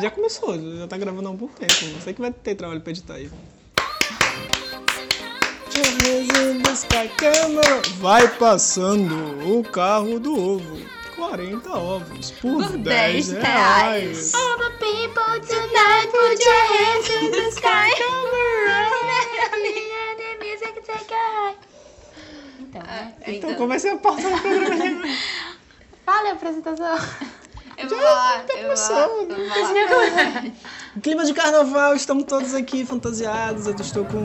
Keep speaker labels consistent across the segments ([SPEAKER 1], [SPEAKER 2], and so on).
[SPEAKER 1] Já começou, já tá gravando há um bom tempo. Você que vai ter trabalho pra editar aí. Vai passando o carro do ovo. 40 ovos por,
[SPEAKER 2] Por
[SPEAKER 1] 10
[SPEAKER 2] 10
[SPEAKER 1] reais.
[SPEAKER 2] reais.
[SPEAKER 3] All the people tonight put your hands in the sky. And the music take a high.
[SPEAKER 2] Então, né?
[SPEAKER 1] Então comecei a pauta do programa.
[SPEAKER 3] Fala a apresentação.
[SPEAKER 2] Eu vou lá,
[SPEAKER 1] tá
[SPEAKER 2] eu vou lá,
[SPEAKER 1] começando.
[SPEAKER 2] eu vou lá.
[SPEAKER 1] Clima de carnaval, estamos todos aqui fantasiados. Eu estou com,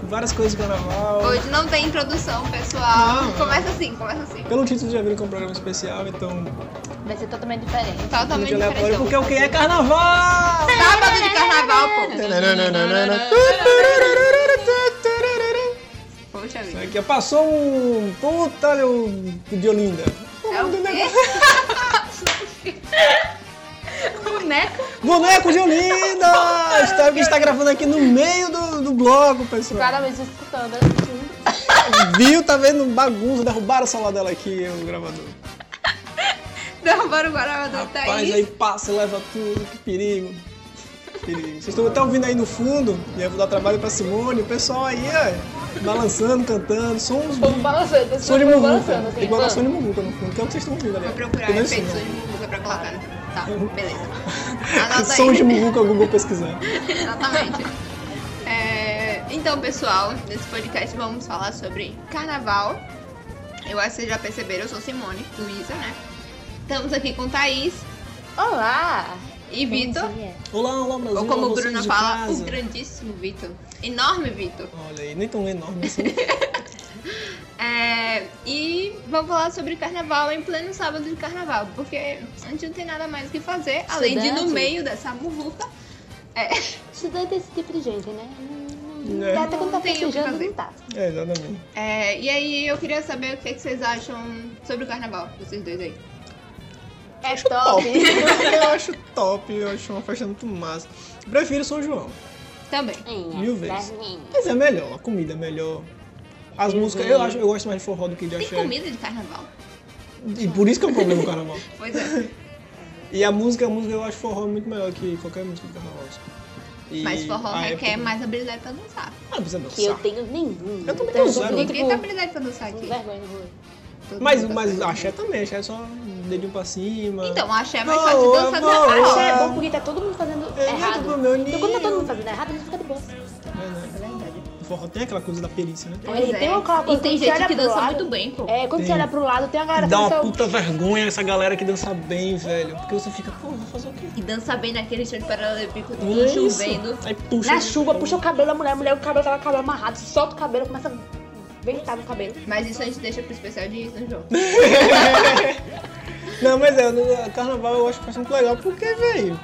[SPEAKER 1] com várias coisas de carnaval.
[SPEAKER 2] Hoje não tem introdução, pessoal.
[SPEAKER 1] Não.
[SPEAKER 2] Começa assim, começa assim.
[SPEAKER 1] Pelo título já viram que é um programa especial, então.
[SPEAKER 3] Vai ser totalmente diferente.
[SPEAKER 2] Totalmente
[SPEAKER 1] clima de aleatório,
[SPEAKER 2] diferente.
[SPEAKER 1] porque o que é carnaval?
[SPEAKER 2] Sábado de carnaval,
[SPEAKER 1] É, né?
[SPEAKER 2] pô. Poxa vida.
[SPEAKER 1] Aqui É passou um. Puta, um meu. de Olinda.
[SPEAKER 2] É o
[SPEAKER 1] né?
[SPEAKER 2] quê? Boneco?
[SPEAKER 1] Boneco de Olinda! Está, está gravando aqui no meio do, do bloco, pessoal.
[SPEAKER 3] Claramente escutando.
[SPEAKER 1] Viu? Tá vendo bagunça? Derrubaram o celular dela aqui, o gravador.
[SPEAKER 2] Derrubaram o tá Guaraná da
[SPEAKER 1] Rapaz,
[SPEAKER 2] Thaís.
[SPEAKER 1] aí passa e leva tudo, que perigo. Que perigo. Vocês estão até ouvindo aí no fundo, e eu vou dar trabalho pra Simone, o pessoal aí, ó, balançando, cantando, sons
[SPEAKER 3] Fogo um balançando. esse
[SPEAKER 1] Som de
[SPEAKER 3] povo
[SPEAKER 1] muvuca.
[SPEAKER 3] balançando, assim,
[SPEAKER 1] Tem que botar
[SPEAKER 3] mano.
[SPEAKER 1] som de muvuca no fundo, que é o que vocês estão ouvindo ali. ó.
[SPEAKER 2] Vou procurar
[SPEAKER 1] Que não é
[SPEAKER 2] efeitos
[SPEAKER 1] som,
[SPEAKER 2] de muvuca pra colocar. Tá,
[SPEAKER 1] ó.
[SPEAKER 2] beleza. Anota
[SPEAKER 1] Som
[SPEAKER 2] aí.
[SPEAKER 1] de muvuca, o Google pesquisando.
[SPEAKER 2] Exatamente. É, então, pessoal, nesse podcast vamos falar sobre carnaval. Eu acho que vocês já perceberam, eu sou Simone, Luísa, né? Estamos aqui com Thaís
[SPEAKER 3] Olá.
[SPEAKER 2] e Vitor.
[SPEAKER 3] Bom dia.
[SPEAKER 1] Olá, olá, Brasil.
[SPEAKER 2] Ou como
[SPEAKER 1] olá,
[SPEAKER 2] o
[SPEAKER 1] vocês
[SPEAKER 2] Bruno
[SPEAKER 1] de
[SPEAKER 2] fala, "Um
[SPEAKER 1] casa.
[SPEAKER 2] o grandíssimo Vitor. Enorme Vitor.
[SPEAKER 1] Olha aí, nem tão enorme assim.
[SPEAKER 2] É, e vamos falar sobre carnaval em pleno sábado de carnaval, porque a gente não tem nada mais o que fazer, além de no
[SPEAKER 3] Estudante.
[SPEAKER 2] meio dessa muvuca.
[SPEAKER 3] Estudante é esse tipo de gente, né? Não- não-
[SPEAKER 1] É.
[SPEAKER 3] Até quando tá
[SPEAKER 2] Não tem o que
[SPEAKER 3] festejando,
[SPEAKER 2] fazer.
[SPEAKER 3] não tá.
[SPEAKER 1] É, exatamente.
[SPEAKER 2] É, e aí eu queria saber o que, é que vocês acham sobre o carnaval, vocês dois aí.
[SPEAKER 3] É
[SPEAKER 1] Top.
[SPEAKER 3] top.
[SPEAKER 1] eu acho top, eu acho uma festa muito massa. Prefiro São João.
[SPEAKER 2] Também.
[SPEAKER 3] é
[SPEAKER 1] Mil vezes. Mas é melhor, a comida é melhor. As músicas, eu acho, eu gosto mais de forró do que é. de
[SPEAKER 2] Tem
[SPEAKER 1] axé.
[SPEAKER 2] comida de carnaval?
[SPEAKER 1] E por isso que é um problema o carnaval.
[SPEAKER 2] Pois é.
[SPEAKER 1] E a música, a música eu acho forró muito melhor que qualquer música do carnaval. assim. E é
[SPEAKER 2] Mas forró
[SPEAKER 1] a
[SPEAKER 2] requer
[SPEAKER 1] época-
[SPEAKER 2] mais habilidade pra dançar.
[SPEAKER 1] Ah, não precisa
[SPEAKER 3] Que eu
[SPEAKER 1] dançar.
[SPEAKER 3] tenho nenhum.
[SPEAKER 1] Eu também
[SPEAKER 3] Então,
[SPEAKER 1] tenho zero.
[SPEAKER 3] tô,
[SPEAKER 2] Ninguém
[SPEAKER 3] tipo,
[SPEAKER 2] tem habilidade pra dançar aqui.
[SPEAKER 3] com vergonha de você.
[SPEAKER 2] Todo
[SPEAKER 1] Mas,
[SPEAKER 2] mundo
[SPEAKER 1] mas
[SPEAKER 2] dança.
[SPEAKER 1] axé também, axé é só dedinho pra cima.
[SPEAKER 2] Então, axé é mais
[SPEAKER 1] Não,
[SPEAKER 2] fácil dançar do que
[SPEAKER 1] não,
[SPEAKER 2] carnaval.
[SPEAKER 3] Isso
[SPEAKER 1] Ah.
[SPEAKER 3] é bom porque tá todo mundo fazendo
[SPEAKER 1] É,
[SPEAKER 3] errado.
[SPEAKER 1] eu tô meu
[SPEAKER 3] Então quando tá todo
[SPEAKER 1] ninho.
[SPEAKER 3] mundo fazendo errado, a gente fica de boa.
[SPEAKER 1] É, né? O forró tem aquela coisa da perícia, né?
[SPEAKER 2] Pois
[SPEAKER 3] Ele
[SPEAKER 2] é.
[SPEAKER 3] tem uma aquela coisa
[SPEAKER 2] E tem
[SPEAKER 3] que você
[SPEAKER 2] gente
[SPEAKER 3] olha
[SPEAKER 2] que
[SPEAKER 3] pro
[SPEAKER 2] dança
[SPEAKER 3] lado-
[SPEAKER 2] muito bem, pô.
[SPEAKER 3] É, quando
[SPEAKER 1] Tem.
[SPEAKER 3] você olha pro lado, tem uma galera
[SPEAKER 1] Dá uma
[SPEAKER 3] dançando.
[SPEAKER 1] puta vergonha essa galera que dança bem, velho. Porque você fica, pô, vou fazer o quê?
[SPEAKER 2] E dança bem naquele chão de paralelepípedo, tudo
[SPEAKER 1] É isso.
[SPEAKER 2] chovendo.
[SPEAKER 1] Aí puxa.
[SPEAKER 3] Na chuva, puxa o cabelo da mulher, a mulher, o cabelo tava com o cabelo amarrado, solta o cabelo, começa a ventar no cabelo.
[SPEAKER 2] Mas isso a gente deixa pro especial de São João.
[SPEAKER 1] Não, mas é, no carnaval eu acho que faz muito legal, porque, velho.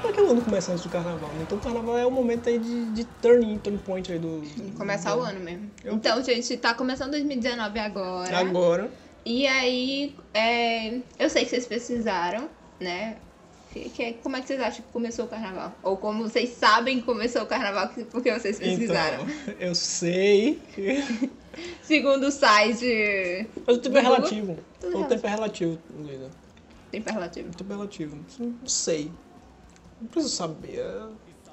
[SPEAKER 1] Como é que o ano começa antes do carnaval, né? Então o carnaval é o momento aí de, de turning, turn point aí do.
[SPEAKER 2] Começar o ano mesmo.
[SPEAKER 1] Eu-
[SPEAKER 2] Então, gente, tá começando 2019 agora.
[SPEAKER 1] Agora.
[SPEAKER 2] E aí, é, eu sei que vocês precisaram, né? Que- que- como é que vocês acham que começou o carnaval? Ou como vocês sabem que começou o carnaval que- porque vocês pesquisaram?
[SPEAKER 1] Então, eu sei que.
[SPEAKER 2] Segundo o site.
[SPEAKER 1] Mas o tempo é
[SPEAKER 2] Google?
[SPEAKER 1] relativo.
[SPEAKER 2] Tudo
[SPEAKER 1] o
[SPEAKER 2] relativo.
[SPEAKER 1] tempo é relativo, Luísa.
[SPEAKER 2] Tem relativo.
[SPEAKER 1] O tempo é relativo. Não sei. Não preciso saber. é-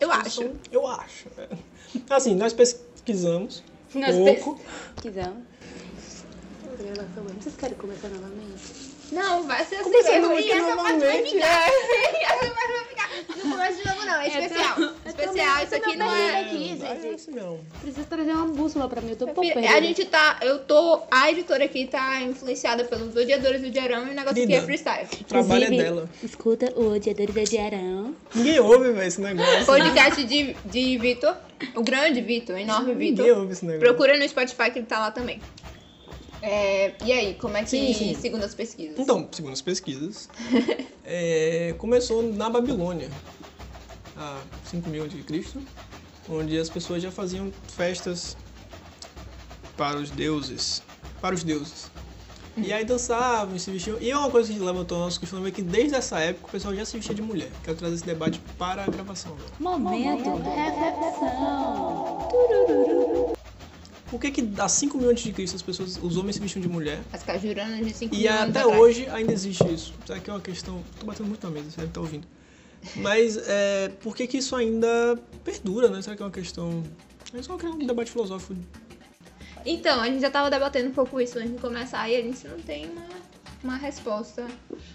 [SPEAKER 2] Eu acho.
[SPEAKER 1] Eu acho. é. Assim, nós pesquisamos.
[SPEAKER 3] Nós
[SPEAKER 1] pouco.
[SPEAKER 3] Quisão. Vocês querem começar novamente?
[SPEAKER 2] Não, vai ser assim
[SPEAKER 1] Começou
[SPEAKER 2] mesmo.
[SPEAKER 1] aqui
[SPEAKER 2] E essa parte vai
[SPEAKER 1] novamente,
[SPEAKER 3] né?
[SPEAKER 2] ficar. Essa parte vai ficar. Não começa de novo, não.
[SPEAKER 3] tá.
[SPEAKER 2] É especial. especial, isso aqui não é.
[SPEAKER 3] Aqui,
[SPEAKER 1] Vai
[SPEAKER 3] gente.
[SPEAKER 1] assim mesmo.
[SPEAKER 3] Precisa trazer uma bússola pra mim, eu tô um pouco
[SPEAKER 2] Filha,
[SPEAKER 3] perdida.
[SPEAKER 2] A gente tá. Eu tô. A editora aqui tá influenciada pelos odiadores do Diarão e o negócio aqui é
[SPEAKER 1] Querida.
[SPEAKER 2] freestyle.
[SPEAKER 1] O trabalho é
[SPEAKER 3] Inclusive,
[SPEAKER 1] dela.
[SPEAKER 3] Escuta o odiador da Diarão.
[SPEAKER 1] Ninguém ouve, velho, esse negócio.
[SPEAKER 2] Podcast de, de Vitor. O grande Vitor, o enorme
[SPEAKER 1] Ninguém
[SPEAKER 2] Vitor.
[SPEAKER 1] ouve esse negócio.
[SPEAKER 2] Procura no Spotify que ele tá lá também. É, e aí, como é que
[SPEAKER 1] Sim, sim.
[SPEAKER 2] segundo as pesquisas?
[SPEAKER 1] Então, segundo as pesquisas, é, começou na Babilônia, há 5 mil antes de Cristo, onde as pessoas já faziam festas para os deuses. Para os deuses. E aí dançavam, se vestiam. E é uma coisa que levantou nosso costume é que desde essa época o pessoal já se vestia de mulher. Quero trazer esse debate para a gravação.
[SPEAKER 3] Momento. Reflexão.
[SPEAKER 1] Por que, que há 5 mil antes de Cristo as pessoas, os homens se vestiam de mulher?
[SPEAKER 2] As cajuranas de 5
[SPEAKER 1] E
[SPEAKER 2] mil anos
[SPEAKER 1] até
[SPEAKER 2] atrás.
[SPEAKER 1] hoje ainda existe isso. Será que é uma questão. Tô batendo muito na mesa, você deve estar ouvindo. Mas é, por que, que isso ainda perdura, né? Será que é uma questão. É só um debate filosófico.
[SPEAKER 2] Então, a gente já tava debatendo um pouco isso antes de começar e a gente não tem uma, uma resposta.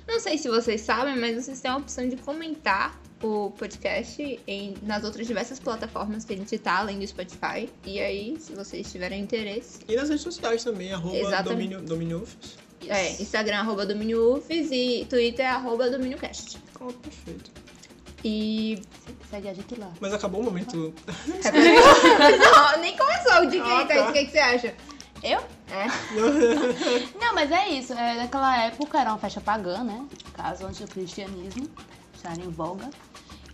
[SPEAKER 2] Não sei se vocês sabem, mas vocês têm a opção de comentar o podcast em, nas outras diversas plataformas que a gente tá, além do Spotify. E aí, se vocês tiverem interesse,
[SPEAKER 1] E nas redes sociais também, arroba
[SPEAKER 2] Exatamente.
[SPEAKER 1] domínio, domínio office.
[SPEAKER 2] é Instagram, arroba dominiofis e Twitter, arroba dominiocast.
[SPEAKER 1] Pronto, perfeito.
[SPEAKER 2] E...
[SPEAKER 3] Segue a gente lá.
[SPEAKER 1] Mas acabou o momento.
[SPEAKER 2] não, nem começou o de
[SPEAKER 1] Ah,
[SPEAKER 2] quem tá.
[SPEAKER 1] tá.
[SPEAKER 2] o que, que você acha?
[SPEAKER 3] Eu?
[SPEAKER 2] É.
[SPEAKER 3] Não, mas é isso. É, naquela época era uma festa pagã, né? No Caso antes do cristianismo estar em voga.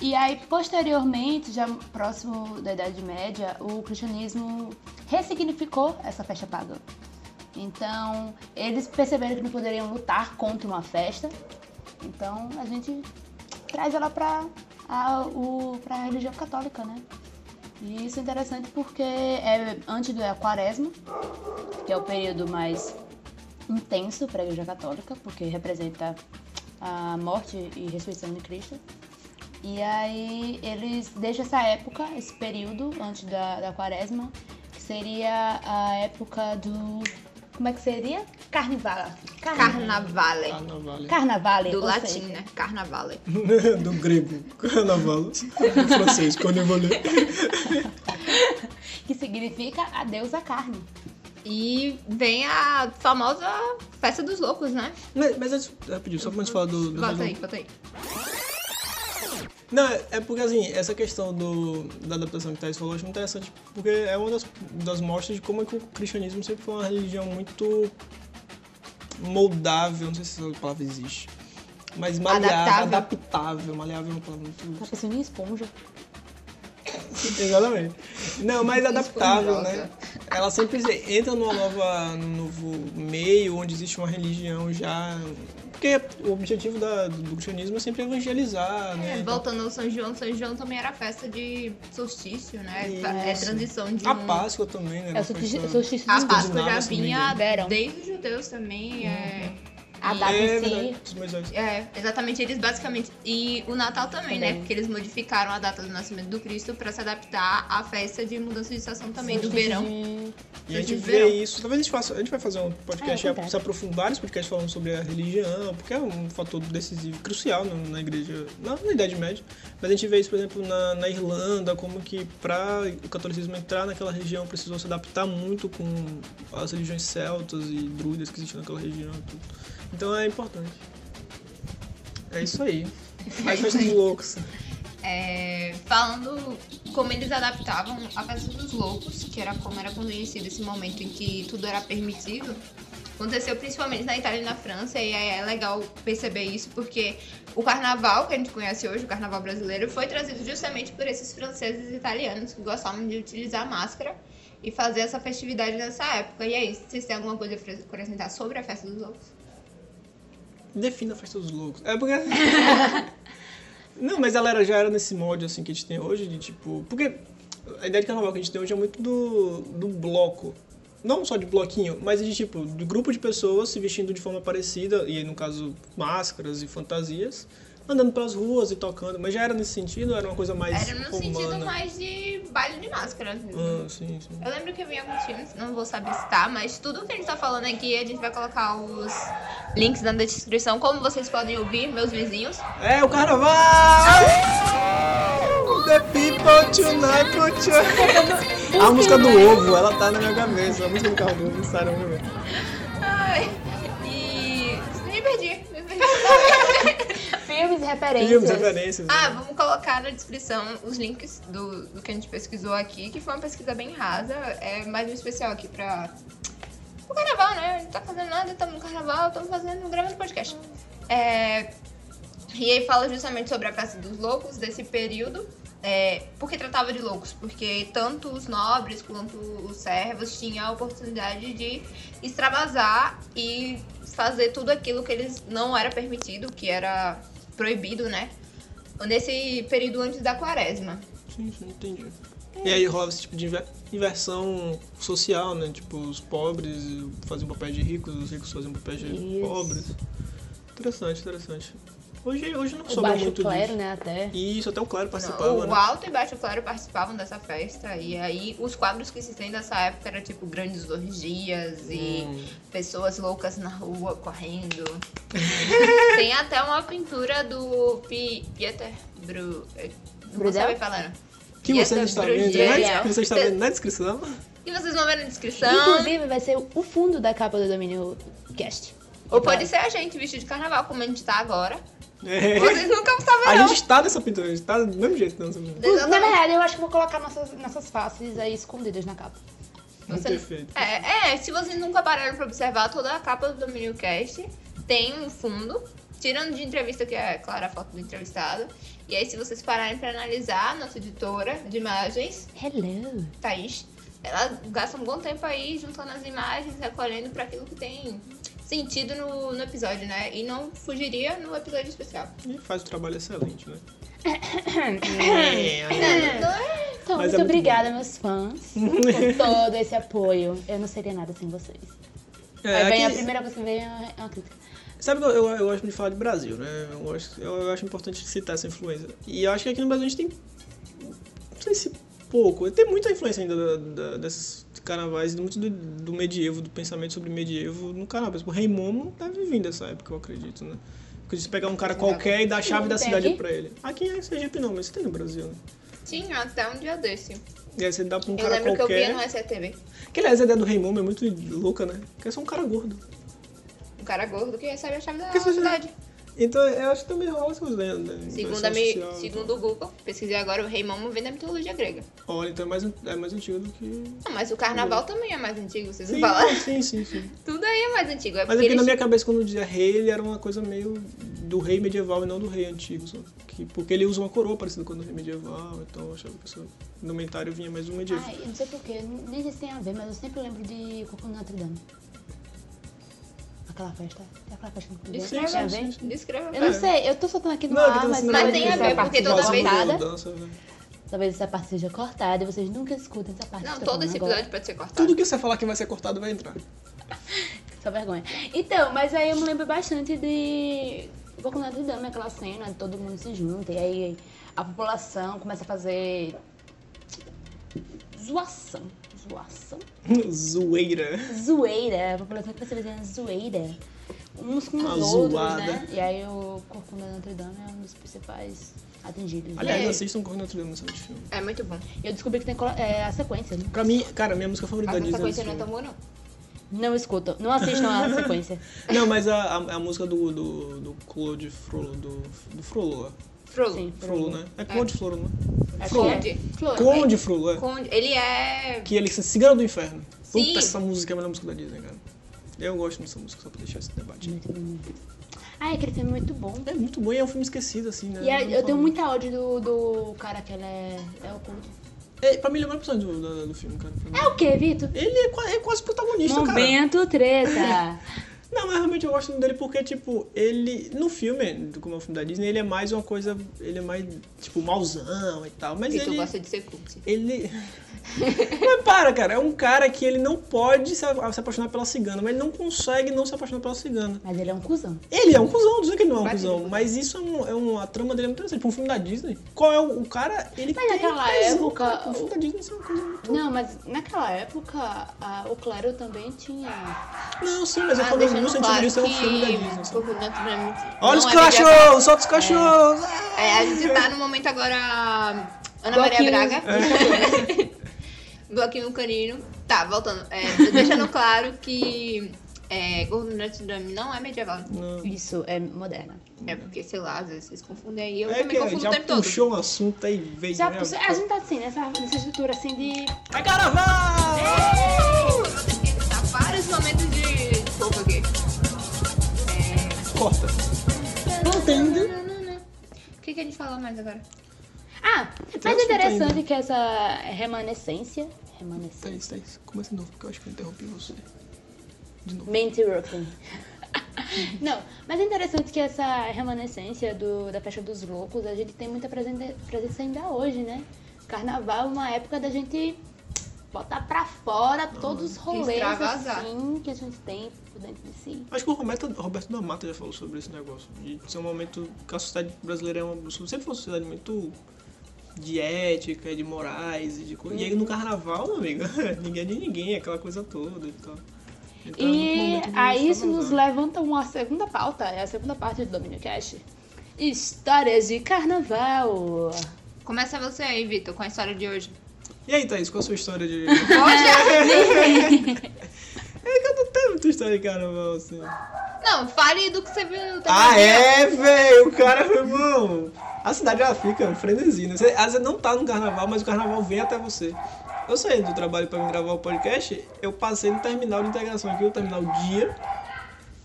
[SPEAKER 3] E aí, posteriormente, já próximo da Idade Média, o cristianismo ressignificou essa festa pagã. Então, eles perceberam que não poderiam lutar contra uma festa. Então, a gente traz ela para a, o- pra religião católica, né? E isso é interessante porque é antes do quaresma, que é o período mais intenso para a Igreja Católica, porque representa a morte e ressurreição de Cristo. E aí eles deixam essa época, esse período antes da, da quaresma, que seria a época do. Como é que seria? Carnival.
[SPEAKER 2] Carnavale.
[SPEAKER 1] Carnaval.
[SPEAKER 3] Carnavale.
[SPEAKER 2] Do
[SPEAKER 3] ou
[SPEAKER 2] latim,
[SPEAKER 3] seja,
[SPEAKER 2] né? Carnavale.
[SPEAKER 1] Do grego. Carnaval. Do francês, carnaval.
[SPEAKER 3] Que significa adeus à carne.
[SPEAKER 2] E vem a famosa festa dos loucos, né?
[SPEAKER 1] Mas, mas antes, rapidinho, só pra gente falar do. do
[SPEAKER 2] Bota aí, bota aí.
[SPEAKER 1] Não, é porque assim, essa questão do, da adaptação que Thais falou, eu acho muito interessante, porque é uma das, das mostras de como é que o cristianismo sempre foi uma religião muito moldável, não sei se essa palavra existe. Mas maleável,
[SPEAKER 2] Adaptável.
[SPEAKER 1] adaptável, maleável é uma palavra muito.
[SPEAKER 3] Tá pensando em esponja.
[SPEAKER 1] Exatamente. Não, mas adaptável, né? Ela sempre entra numa nova, num novo meio onde existe uma religião já. Porque o objetivo da- do cristianismo é sempre evangelizar, né?
[SPEAKER 2] É, voltando ao São João, São João também era festa de solstício, né?
[SPEAKER 1] Isso.
[SPEAKER 2] É transição de
[SPEAKER 1] A
[SPEAKER 2] um...
[SPEAKER 1] Páscoa também, né?
[SPEAKER 3] É o solstício- solstício
[SPEAKER 2] A
[SPEAKER 3] de
[SPEAKER 2] Páscoa já
[SPEAKER 1] escandinavo, se não me
[SPEAKER 2] vinha
[SPEAKER 1] engano.
[SPEAKER 3] Verão.
[SPEAKER 2] desde os judeus também, é...
[SPEAKER 3] A
[SPEAKER 2] e-
[SPEAKER 3] data
[SPEAKER 1] É
[SPEAKER 3] em
[SPEAKER 1] verdade,
[SPEAKER 3] si.
[SPEAKER 1] os Moisés.
[SPEAKER 2] É, exatamente, eles basicamente. E o Natal também, né?
[SPEAKER 3] Também.
[SPEAKER 2] Porque eles modificaram a data do nascimento do Cristo pra se adaptar à festa de mudança de estação também, do
[SPEAKER 3] solstício
[SPEAKER 2] verão.
[SPEAKER 3] de-
[SPEAKER 1] E a gente
[SPEAKER 2] de
[SPEAKER 1] vê
[SPEAKER 2] verão.
[SPEAKER 1] isso. Talvez a gente faça. A gente vai fazer um podcast,
[SPEAKER 3] É,
[SPEAKER 1] a-
[SPEAKER 3] verdade.
[SPEAKER 1] se aprofundar esse podcast falando sobre a religião, porque é um fator decisivo, crucial na, na igreja, na, na Idade Média. Mas a gente vê isso, por exemplo, na, na Irlanda, como que pra o catolicismo entrar naquela região precisou se adaptar muito com as religiões celtas e druidas que existiam naquela região. e Tudo. Então é importante. É isso aí. As festas dos loucos.
[SPEAKER 2] É, falando como eles adaptavam a festa dos loucos, que era como era conhecido esse momento em que tudo era permitido, aconteceu principalmente na Itália e na França, e aí é legal perceber isso, porque o carnaval que a gente conhece hoje, o carnaval brasileiro, foi trazido justamente por esses franceses e italianos que gostavam de utilizar máscara e fazer essa festividade nessa época. E aí, vocês têm alguma coisa pra acrescentar sobre a festa dos loucos?
[SPEAKER 1] Defina a festa dos loucos. É porque. Não, mas ela era- já era nesse molde assim que a gente tem hoje, de tipo. Porque a ideia de carnaval que a gente tem hoje é muito do, do bloco. Não só de bloquinho, mas de tipo, do grupo de pessoas se vestindo de forma parecida, e aí, no caso, máscaras e fantasias, andando pelas ruas e tocando. Mas já era nesse sentido, era uma coisa mais.
[SPEAKER 2] Era no
[SPEAKER 1] romana.
[SPEAKER 2] sentido mais de baile de máscara. assim.
[SPEAKER 1] Ah, sim, sim.
[SPEAKER 2] Eu lembro que eu vi alguns filmes, não vou saber citar, mas tudo que a gente tá falando aqui, a gente vai colocar os links na descrição, como vocês podem ouvir, meus vizinhos.
[SPEAKER 1] É o carnaval! The people tonight put your... A música do ovo, ela tá na minha cabeça. A música do carro do ovo sai na minha cabeça.
[SPEAKER 2] Ai, e. Me perdi, me perdi.
[SPEAKER 3] Filmes e referências.
[SPEAKER 1] Filmes, referências.
[SPEAKER 2] Ah,
[SPEAKER 1] né?
[SPEAKER 2] vamos colocar na descrição os links do, do que a gente pesquisou aqui, que foi uma pesquisa bem rasa, é mais um especial aqui pra. O carnaval, né? Não tá fazendo nada, estamos no carnaval, estamos fazendo um grama de podcast. É, E aí fala justamente sobre a festa dos loucos, desse período. É, por que tratava de loucos? Porque tanto os nobres quanto os servos tinham a oportunidade de extravasar e fazer tudo aquilo que eles não era permitido, que era proibido, né? Nesse período antes da quaresma.
[SPEAKER 1] Sim, sim, entendi. E aí rolava esse tipo de inver- inversão social, né? Tipo, os pobres faziam papel de ricos, os ricos faziam papel de
[SPEAKER 3] Isso.
[SPEAKER 1] pobres. Interessante, interessante. Hoje, hoje não
[SPEAKER 3] O
[SPEAKER 1] sobrou
[SPEAKER 3] baixo
[SPEAKER 1] muito
[SPEAKER 3] clero,
[SPEAKER 1] disso.
[SPEAKER 3] né, até.
[SPEAKER 1] E isso até o Claro
[SPEAKER 2] Não,
[SPEAKER 1] participava,
[SPEAKER 2] o
[SPEAKER 1] né?
[SPEAKER 2] alto e baixo claro participavam dessa festa e aí os quadros que se tem dessa época era tipo grandes orgias e
[SPEAKER 1] Hum.
[SPEAKER 2] pessoas loucas na rua correndo. tem até uma pintura do Pi- Pieter Bru... eh, Não vou
[SPEAKER 3] Brudel?
[SPEAKER 2] saber falar. né?
[SPEAKER 1] Que
[SPEAKER 2] E
[SPEAKER 1] você
[SPEAKER 2] essa
[SPEAKER 1] está vendo,
[SPEAKER 2] brujeria.
[SPEAKER 1] né? Que você está vendo na descrição.
[SPEAKER 2] E vocês vão ver na descrição.
[SPEAKER 3] Inclusive, vai ser o fundo da capa do domínio cast.
[SPEAKER 2] Ou pode ser a gente vestido de carnaval, como a gente tá agora.
[SPEAKER 1] tá. É.
[SPEAKER 2] Vocês nunca
[SPEAKER 1] A
[SPEAKER 2] saberão.
[SPEAKER 1] gente está nessa pintura, a gente está do mesmo jeito né? nessa pintura.
[SPEAKER 3] Na
[SPEAKER 2] Exatamente.
[SPEAKER 3] verdade, eu acho que vou colocar nossas, nossas faces aí escondidas na capa.
[SPEAKER 1] Muito
[SPEAKER 2] Você-
[SPEAKER 1] perfeito.
[SPEAKER 2] É, é, se vocês nunca pararam pra observar, toda a capa do Domínio Cast tem um fundo, tirando de entrevista, que é, claro, a foto do entrevistado. E aí, se vocês pararem pra analisar, nossa editora de imagens,
[SPEAKER 3] Hello.
[SPEAKER 2] Thaís, ela gasta um bom tempo aí juntando as imagens, recolhendo pra aquilo que tem sentido no, no episódio, né? E não fugiria no episódio especial.
[SPEAKER 1] E faz o trabalho excelente, né?
[SPEAKER 2] É.
[SPEAKER 3] Então,
[SPEAKER 1] Mas
[SPEAKER 3] muito
[SPEAKER 1] é muito
[SPEAKER 3] obrigada, meus fãs, por todo esse apoio. Eu não seria nada sem vocês.
[SPEAKER 1] É,
[SPEAKER 3] Aí vem a
[SPEAKER 1] aqui-
[SPEAKER 3] primeira coisa que vem é uma crítica.
[SPEAKER 1] Sabe que eu, eu, eu gosto de falar de Brasil, né? Eu, gosto, eu, eu acho importante citar essa influência. E eu acho que aqui no Brasil a gente tem. Não sei se pouco. Tem muita influência ainda da, da, desses carnavais, muito do, do medievo, do pensamento sobre medievo no carnaval. Por exemplo, O Rei Momo deve vir dessa época, eu acredito, né? Porque se pegar um cara qualquer e dar a chave
[SPEAKER 3] Não
[SPEAKER 1] da
[SPEAKER 3] tem
[SPEAKER 1] cidade
[SPEAKER 3] aqui?
[SPEAKER 1] pra ele. Aqui é Sergipe não, mas tem no Brasil, né?
[SPEAKER 2] Tinha até um dia desse.
[SPEAKER 1] E aí você dá pra um
[SPEAKER 2] Eu
[SPEAKER 1] cara
[SPEAKER 2] lembro que eu via
[SPEAKER 1] qualquer.
[SPEAKER 2] no SCTV.
[SPEAKER 1] Que aliás, a ideia do Rei Momo é muito louca, né? Porque é só um cara gordo.
[SPEAKER 2] Um cara gordo que recebe a chave da
[SPEAKER 1] Que isso já-
[SPEAKER 2] cidade.
[SPEAKER 1] Então eu acho que também rola essas lendas. né?
[SPEAKER 2] Segundo,
[SPEAKER 1] Influência
[SPEAKER 2] a mi-
[SPEAKER 1] social,
[SPEAKER 2] segundo o Google, pesquisei agora, o Rei Momo vem da mitologia grega.
[SPEAKER 1] Olha, então é mais, é mais antigo do que.
[SPEAKER 2] Não, mas o carnaval também é mais antigo, vocês
[SPEAKER 1] Sim,
[SPEAKER 2] não falam.
[SPEAKER 1] sim, sim, sim.
[SPEAKER 2] Tudo aí é mais antigo. É
[SPEAKER 1] Mas
[SPEAKER 2] porque
[SPEAKER 1] aqui na
[SPEAKER 2] eles...
[SPEAKER 1] minha cabeça, quando dizia rei, ele era uma coisa meio do rei medieval e não do rei antigo. Só que, porque ele usa uma coroa parecida com a do rei medieval, então eu achava que isso no mentário vinha mais do medievo.
[SPEAKER 3] Ai, eu não sei porquê, nem sei se tem a ver, mas eu sempre lembro de Coco Notre Dame. Aquela festa. é Aquela festa que
[SPEAKER 1] Sim,
[SPEAKER 3] tem a ver?
[SPEAKER 1] sim.
[SPEAKER 2] Descreva
[SPEAKER 3] Eu
[SPEAKER 2] pra
[SPEAKER 3] não
[SPEAKER 2] mim.
[SPEAKER 3] sei, eu tô soltando aqui no
[SPEAKER 1] Não, é
[SPEAKER 3] ar,
[SPEAKER 1] que
[SPEAKER 3] mas,
[SPEAKER 1] essa-
[SPEAKER 2] Mas
[SPEAKER 3] talvez
[SPEAKER 2] tem a
[SPEAKER 3] essa
[SPEAKER 2] ver,
[SPEAKER 3] parte
[SPEAKER 2] porque
[SPEAKER 3] seja
[SPEAKER 2] toda vez-
[SPEAKER 3] cortada,
[SPEAKER 1] Dança, né?
[SPEAKER 3] Talvez essa parte seja cortada e vocês nunca escutem essa parte. que
[SPEAKER 2] Não,
[SPEAKER 3] eu tô
[SPEAKER 2] todo esse
[SPEAKER 3] falando agora.
[SPEAKER 2] episódio pode ser cortado.
[SPEAKER 1] Tudo que você falar que vai ser cortado vai entrar.
[SPEAKER 3] Só vergonha. Então, mas aí eu me lembro bastante de Boku Notre Dame, aquela cena de todo mundo se junta e aí a população começa a fazer zoação. Zoação?
[SPEAKER 1] Zoeira.
[SPEAKER 3] Zoeira. A população começa a fazer zoeira. Uns com os
[SPEAKER 1] Uma
[SPEAKER 3] outros,
[SPEAKER 1] zoada.
[SPEAKER 3] né? E aí o Corcunda Notre Dame é um dos principais atingidos.
[SPEAKER 1] Aliás,
[SPEAKER 2] É.
[SPEAKER 1] assistam Correndo Notre Dame nesse filme.
[SPEAKER 2] É muito bom.
[SPEAKER 3] Eu descobri que tem colo- é, a sequência. né?
[SPEAKER 1] Pra mim, cara, minha música favorita
[SPEAKER 2] Mas
[SPEAKER 1] da Disney.
[SPEAKER 2] essa coisa
[SPEAKER 1] desse
[SPEAKER 2] não é tão
[SPEAKER 1] filme.
[SPEAKER 2] boa, não.
[SPEAKER 3] Não escutam, não assistam a sequência.
[SPEAKER 1] Não, mas a, a, a música do, do, do Claude Frollo, do, do Frollo, lá.
[SPEAKER 2] Frollo.
[SPEAKER 3] Sim,
[SPEAKER 1] Frollo, né? É Claude Frollo, né?
[SPEAKER 3] É
[SPEAKER 1] Frollo.
[SPEAKER 3] Conde. Flor.
[SPEAKER 1] Conde Frollo, é.
[SPEAKER 2] Conde. Ele é...
[SPEAKER 1] Que ele se cigano do inferno.
[SPEAKER 2] Sim.
[SPEAKER 1] Puta, essa música é a melhor música da Disney, cara. Eu gosto dessa música, só pra deixar esse debate.
[SPEAKER 3] Muito bom. Ah, aquele filme é muito bom.
[SPEAKER 1] É muito bom e é um filme esquecido, assim, né?
[SPEAKER 3] E a-
[SPEAKER 1] Não
[SPEAKER 3] eu tenho
[SPEAKER 1] falo.
[SPEAKER 3] muita ódio do, do cara que ele é. É o Conde.
[SPEAKER 1] É, pra mim, ele é o melhor personagem do, do, do filme, cara. pra mim.
[SPEAKER 3] É o quê, Vitor?
[SPEAKER 1] Ele é, qua- é quase protagonista, cara.
[SPEAKER 3] Momento treta.
[SPEAKER 1] Não, mas realmente eu gosto dele porque, tipo, ele. No filme, como é o filme da Disney, ele é mais uma coisa. Ele é mais, tipo, mauzão e tal. Mas
[SPEAKER 2] E tu
[SPEAKER 1] ele.
[SPEAKER 2] gosta de ser cult.
[SPEAKER 1] Ele. mas para, cara. É um cara que ele não pode se, a- se apaixonar pela cigana, mas ele não consegue não se apaixonar pela cigana.
[SPEAKER 3] Mas ele é um cuzão.
[SPEAKER 1] Ele é um cuzão, dizer que ele não é um
[SPEAKER 2] Bate de
[SPEAKER 1] cuzão,
[SPEAKER 2] cuzão.
[SPEAKER 1] mas isso é, um, é um- a trama dele é muito interessante. Pra um filme da Disney, qual é o, o cara? Ele
[SPEAKER 3] Mas naquela época,
[SPEAKER 1] O filme da Disney isso é uma coisa muito.
[SPEAKER 3] Não, mas naquela época, a- o Claro também tinha.
[SPEAKER 1] Não, sim, mas eu
[SPEAKER 2] Ah,
[SPEAKER 1] falo
[SPEAKER 2] deixando
[SPEAKER 1] no sentido
[SPEAKER 2] claro
[SPEAKER 1] disso, é um
[SPEAKER 2] que
[SPEAKER 1] filme da Disney. sabe?
[SPEAKER 2] Coco Nuts não é muito-
[SPEAKER 1] Olha
[SPEAKER 2] não
[SPEAKER 1] os
[SPEAKER 2] é medieval.
[SPEAKER 1] cachorros, solta os cachorros! ah!
[SPEAKER 2] É, a gente tá no momento agora. Ana
[SPEAKER 3] Bloquinho.
[SPEAKER 2] Maria Braga. Bloquinho canino. Tá, voltando. É, deixando claro que é, Gordo Notre Dame não é medieval.
[SPEAKER 1] Não.
[SPEAKER 3] Isso, é moderna.
[SPEAKER 2] É porque, sei lá, às vezes vocês confundem aí. Eu
[SPEAKER 1] É
[SPEAKER 2] também
[SPEAKER 1] que a gente
[SPEAKER 2] confundo o
[SPEAKER 1] já
[SPEAKER 2] tempo todo. é,
[SPEAKER 1] puxou um assunto aí, veio.
[SPEAKER 3] Já,
[SPEAKER 1] né?
[SPEAKER 3] a gente tá assim, nessa, nessa estrutura assim de.
[SPEAKER 1] Vai, caravan!
[SPEAKER 2] É. Eu tenho que editar tá vários momentos de de fogo aqui.
[SPEAKER 1] Corta. Voltando.
[SPEAKER 2] O que, que a gente falou mais agora?
[SPEAKER 3] Ah,
[SPEAKER 1] Tem
[SPEAKER 3] mas é
[SPEAKER 1] assunto
[SPEAKER 3] interessante
[SPEAKER 1] ainda.
[SPEAKER 3] que essa remanescência. Remanescência.
[SPEAKER 1] Thaís, Thaís, começa de novo, porque eu acho que eu interrompi você. De novo.
[SPEAKER 3] Me interrupting. Não, mas é interessante que essa remanescência do, da festa dos loucos, a gente tem muita presente- presença ainda hoje, né? Carnaval é uma época da gente botar pra fora todos os rolês
[SPEAKER 2] Extravasar.
[SPEAKER 3] assim que a gente tem por dentro de si.
[SPEAKER 1] Acho que o Roberto, Roberto da Mata já falou sobre esse negócio. De ser um momento que a sociedade brasileira é uma, sempre foi uma sociedade muito de ética, de morais e de coisa. E aí no carnaval, meu amigo, ninguém é de ninguém, é aquela coisa toda e tal. Então, é muito
[SPEAKER 3] e
[SPEAKER 1] momento de
[SPEAKER 3] aí isso nos
[SPEAKER 1] extravasar.
[SPEAKER 3] levanta a uma segunda pauta, é a segunda parte do Domínio Cash. Histórias de carnaval.
[SPEAKER 2] Começa você aí, Vitor, com a história de hoje.
[SPEAKER 1] E aí, Thaís, qual a sua história de. é que eu não tenho muita história de carnaval assim.
[SPEAKER 2] Não, fale do que você viu tá também.
[SPEAKER 1] Ah, é, velho, o cara foi bom. A cidade ela fica frenesina. Você, às vezes não tá no carnaval, mas o carnaval vem até você. Eu saí do trabalho pra me gravar o podcast, eu passei no terminal de integração aqui, o terminal dia.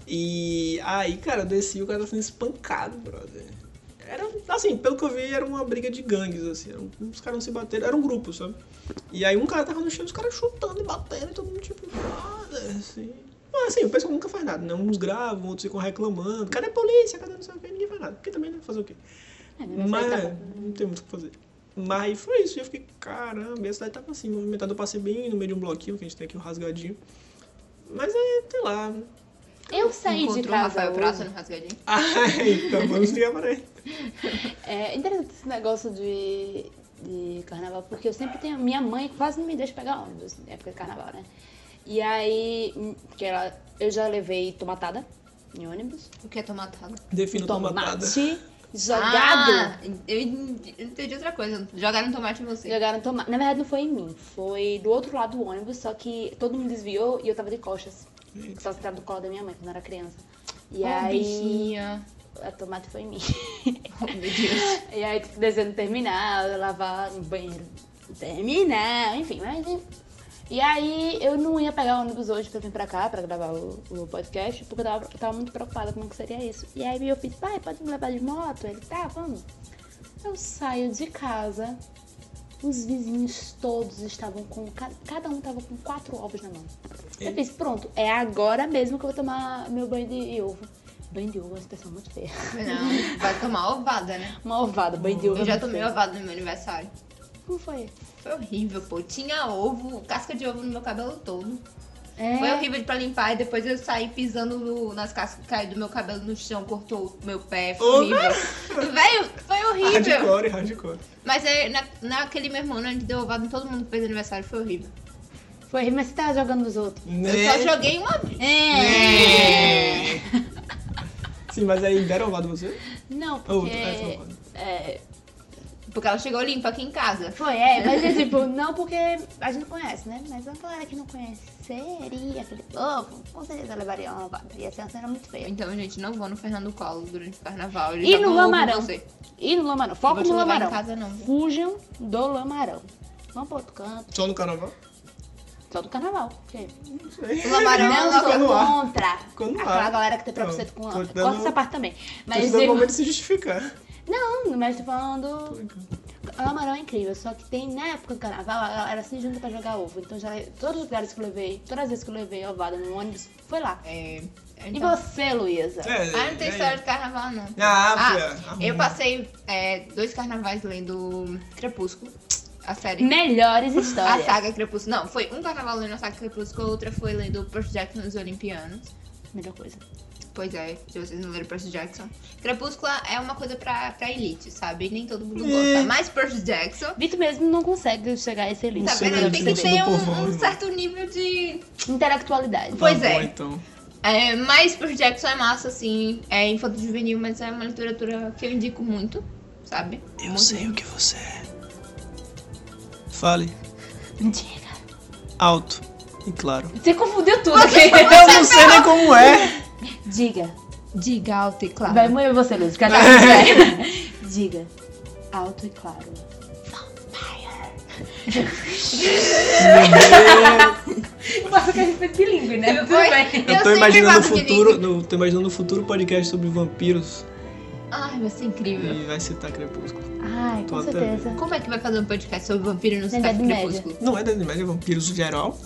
[SPEAKER 1] E aí, cara, eu desci e o cara tá sendo espancado, brother. Era, assim, pelo que eu vi, era uma briga de gangues, assim. Eram, os caras não se bateram, era um grupo, sabe? E aí um cara tava no chão, os caras chutando e batendo, e todo mundo tipo, brother, assim. Mas assim, o pessoal nunca faz nada, né? Uns gravam, outros ficam reclamando. Cadê a polícia? Cadê não sei o que? Ninguém faz nada. Porque também, né? Fazer o quê?
[SPEAKER 3] É, né, mas aí
[SPEAKER 1] Mas
[SPEAKER 3] tá-
[SPEAKER 1] não tem muito o que fazer. Mas foi isso, e eu fiquei, caramba, e a cidade tava assim, movimentada. Eu passei bem no meio de um bloquinho que a gente tem aqui, o rasgadinho. Mas é, sei lá.
[SPEAKER 3] Eu saí de
[SPEAKER 2] Encontrou o
[SPEAKER 3] casa.
[SPEAKER 2] Rafael
[SPEAKER 3] hoje.
[SPEAKER 2] Prata no rasgadinho.
[SPEAKER 1] Ai, então vamos ligar para ele.
[SPEAKER 3] É interessante esse negócio de, de carnaval, porque eu sempre tenho. Minha mãe quase não me deixa pegar ônibus na época de carnaval, né? E aí, hum, porque ela, eu já levei tomatada em ônibus. Um
[SPEAKER 2] O que é tomar tala?
[SPEAKER 1] Defino tomatada.
[SPEAKER 3] jogado.
[SPEAKER 2] Ah, eu en- eu entendi outra coisa. Jogaram tomate em você.
[SPEAKER 3] Jogaram tomate. Na verdade, não foi em mim, foi do outro lado do ônibus, só que todo mundo desviou e eu tava de costas.
[SPEAKER 1] Eita.
[SPEAKER 3] Só sentado no colo da minha mãe quando eu era criança. E
[SPEAKER 2] Ô,
[SPEAKER 3] aí,
[SPEAKER 2] bichinha.
[SPEAKER 3] a tomate foi em mim.
[SPEAKER 2] Oh, meu Deus.
[SPEAKER 3] E aí, tipo, desenho terminar, lavar no banheiro terminar, enfim, mas. enfim. E aí, eu não ia pegar ônibus hoje pra vir pra cá, pra gravar o, o podcast, porque eu tava, eu tava muito preocupada com o que seria isso. E aí, eu fiz, pai, pode me levar de moto? Ele, tá, vamos. Eu saio de casa, os vizinhos todos estavam com. ca- Cada um tava com quatro ovos na mão. Eu
[SPEAKER 1] Eita.
[SPEAKER 3] fiz, pronto, é agora mesmo que eu vou tomar meu banho de ovo. Banho de ovo é uma expressão muito feia.
[SPEAKER 2] Não, vai tomar ovada, né?
[SPEAKER 3] Uma ovada, banho de ovo. é
[SPEAKER 2] Eu já
[SPEAKER 3] muito
[SPEAKER 2] tomei
[SPEAKER 3] feio.
[SPEAKER 2] ovada no meu aniversário.
[SPEAKER 3] Como foi?
[SPEAKER 2] Foi horrível, pô. Tinha ovo, casca de ovo no meu cabelo todo.
[SPEAKER 3] É.
[SPEAKER 2] Foi horrível pra limpar e depois eu saí pisando no- nas cascas que caiu do meu cabelo no chão, cortou o meu pé. Foi
[SPEAKER 1] Ô,
[SPEAKER 2] horrível. Velho, foi horrível.
[SPEAKER 1] Hardcore, hardcore.
[SPEAKER 2] Mas aí, na, naquele mesmo ano, a gente deu ovado em todo mundo que fez aniversário. Foi horrível.
[SPEAKER 3] Foi, mas você tava jogando nos outros.
[SPEAKER 2] Eu
[SPEAKER 3] Né?
[SPEAKER 2] só joguei uma vez.
[SPEAKER 3] É.
[SPEAKER 1] Sim, mas aí deram ovado você?
[SPEAKER 3] Não,
[SPEAKER 1] Ou
[SPEAKER 3] porque...
[SPEAKER 1] é, foi ovado.
[SPEAKER 3] É,
[SPEAKER 2] Porque ela chegou limpa aqui em casa.
[SPEAKER 3] foi, é, mas é tipo, não porque a gente conhece, né? Mas uma galera que não conheceria aquele povo, com certeza levaria uma lavada. Ia ser uma cena é muito feia.
[SPEAKER 2] Então, gente, não vou no Fernando Collor durante o carnaval. Ele
[SPEAKER 3] E
[SPEAKER 2] joga
[SPEAKER 3] no
[SPEAKER 2] um ovo em
[SPEAKER 3] Lamarão.
[SPEAKER 2] você.
[SPEAKER 3] E no Lamarão.
[SPEAKER 2] Não
[SPEAKER 3] Foco
[SPEAKER 2] vou te
[SPEAKER 3] no
[SPEAKER 2] levar em
[SPEAKER 3] Lamarão.
[SPEAKER 2] casa, não.
[SPEAKER 3] Fujam do Lamarão. Vamos pro outro canto,
[SPEAKER 1] Só no carnaval?
[SPEAKER 3] só do carnaval. Porque
[SPEAKER 1] Não sei.
[SPEAKER 2] O Lamarão é
[SPEAKER 3] não
[SPEAKER 2] uma
[SPEAKER 3] sou
[SPEAKER 1] Ficou no ar.
[SPEAKER 3] contra
[SPEAKER 1] Ficou no
[SPEAKER 3] aquela
[SPEAKER 1] ar.
[SPEAKER 3] galera que tem
[SPEAKER 1] Não,
[SPEAKER 3] preconceito com
[SPEAKER 1] tô
[SPEAKER 3] lâmpada.
[SPEAKER 1] dando-
[SPEAKER 3] Corta essa parte também.
[SPEAKER 1] Mas
[SPEAKER 3] Mas
[SPEAKER 1] Esse é o
[SPEAKER 3] eu-
[SPEAKER 1] momento de se justificar.
[SPEAKER 3] Não, mas tô
[SPEAKER 2] Ah,
[SPEAKER 3] falando O Lamarão é incrível, só que tem na época do carnaval, a galera se junta pra jogar ovo. Então já todos os lugares que eu levei, todas as vezes que eu levei ovada no ônibus, foi lá.
[SPEAKER 2] É,
[SPEAKER 3] E
[SPEAKER 2] então-
[SPEAKER 3] você, Luísa?
[SPEAKER 2] Ah, não tem
[SPEAKER 1] É, e aí?
[SPEAKER 2] história de carnaval, não.
[SPEAKER 1] Ah, filha,
[SPEAKER 2] eu
[SPEAKER 1] arruma.
[SPEAKER 2] passei é, dois carnavais lendo Crepúsculo, a série.
[SPEAKER 3] Melhores
[SPEAKER 2] A
[SPEAKER 3] histórias.
[SPEAKER 2] saga Crepúsculo. Não, foi um carnaval lendo a saga Crepúsculo, outra foi lendo Percy Jackson nos Olimpianos.
[SPEAKER 3] Melhor coisa.
[SPEAKER 2] Pois é, se vocês não leram Percy Jackson. Crepúsculo é uma coisa pra, pra elite, sabe? Nem todo mundo
[SPEAKER 1] Ih.
[SPEAKER 2] gosta. Mas Percy Jackson,
[SPEAKER 3] Vito mesmo não consegue chegar a esse livro.
[SPEAKER 2] tá
[SPEAKER 1] sei,
[SPEAKER 2] vendo?
[SPEAKER 1] né,
[SPEAKER 2] Tem
[SPEAKER 1] do-
[SPEAKER 2] que
[SPEAKER 1] do
[SPEAKER 2] ter
[SPEAKER 1] povão,
[SPEAKER 2] um, um
[SPEAKER 1] irmão.
[SPEAKER 2] certo nível de
[SPEAKER 3] Intelectualidade.
[SPEAKER 2] Pois
[SPEAKER 1] Tá
[SPEAKER 2] é.
[SPEAKER 1] Bom, então.
[SPEAKER 2] É, mas Percy Jackson é massa, assim, é infanto juvenil, mas é uma literatura que eu indico muito, sabe?
[SPEAKER 1] Eu
[SPEAKER 2] muito
[SPEAKER 1] sei o que você é. Fale
[SPEAKER 3] Mentira.
[SPEAKER 1] alto e claro.
[SPEAKER 3] Você confundiu tudo.
[SPEAKER 1] Eu não sei nem como é.
[SPEAKER 3] Diga.
[SPEAKER 2] Diga alto e claro.
[SPEAKER 3] Vai morrer você, Luísa. que eu tava com fé. Diga. Alto e claro. Nossa, que a gente foi bilíngue, né?
[SPEAKER 2] Tudo bem.
[SPEAKER 1] Eu, tô
[SPEAKER 2] sempre
[SPEAKER 1] imaginando o
[SPEAKER 2] faço de
[SPEAKER 1] futuro,
[SPEAKER 2] mim.
[SPEAKER 1] no, tô imaginando o futuro podcast sobre vampiros
[SPEAKER 2] Ai, vai ser incrível.
[SPEAKER 1] e vai citar Crepúsculo.
[SPEAKER 3] Ai,
[SPEAKER 1] Tô
[SPEAKER 3] com
[SPEAKER 1] até
[SPEAKER 3] certeza.
[SPEAKER 2] Como é que vai fazer um podcast sobre vampiro no
[SPEAKER 3] Idade
[SPEAKER 2] Cidade
[SPEAKER 3] Média.
[SPEAKER 2] Crepúsculo?
[SPEAKER 1] Não é da Idade Média, vampiros geral?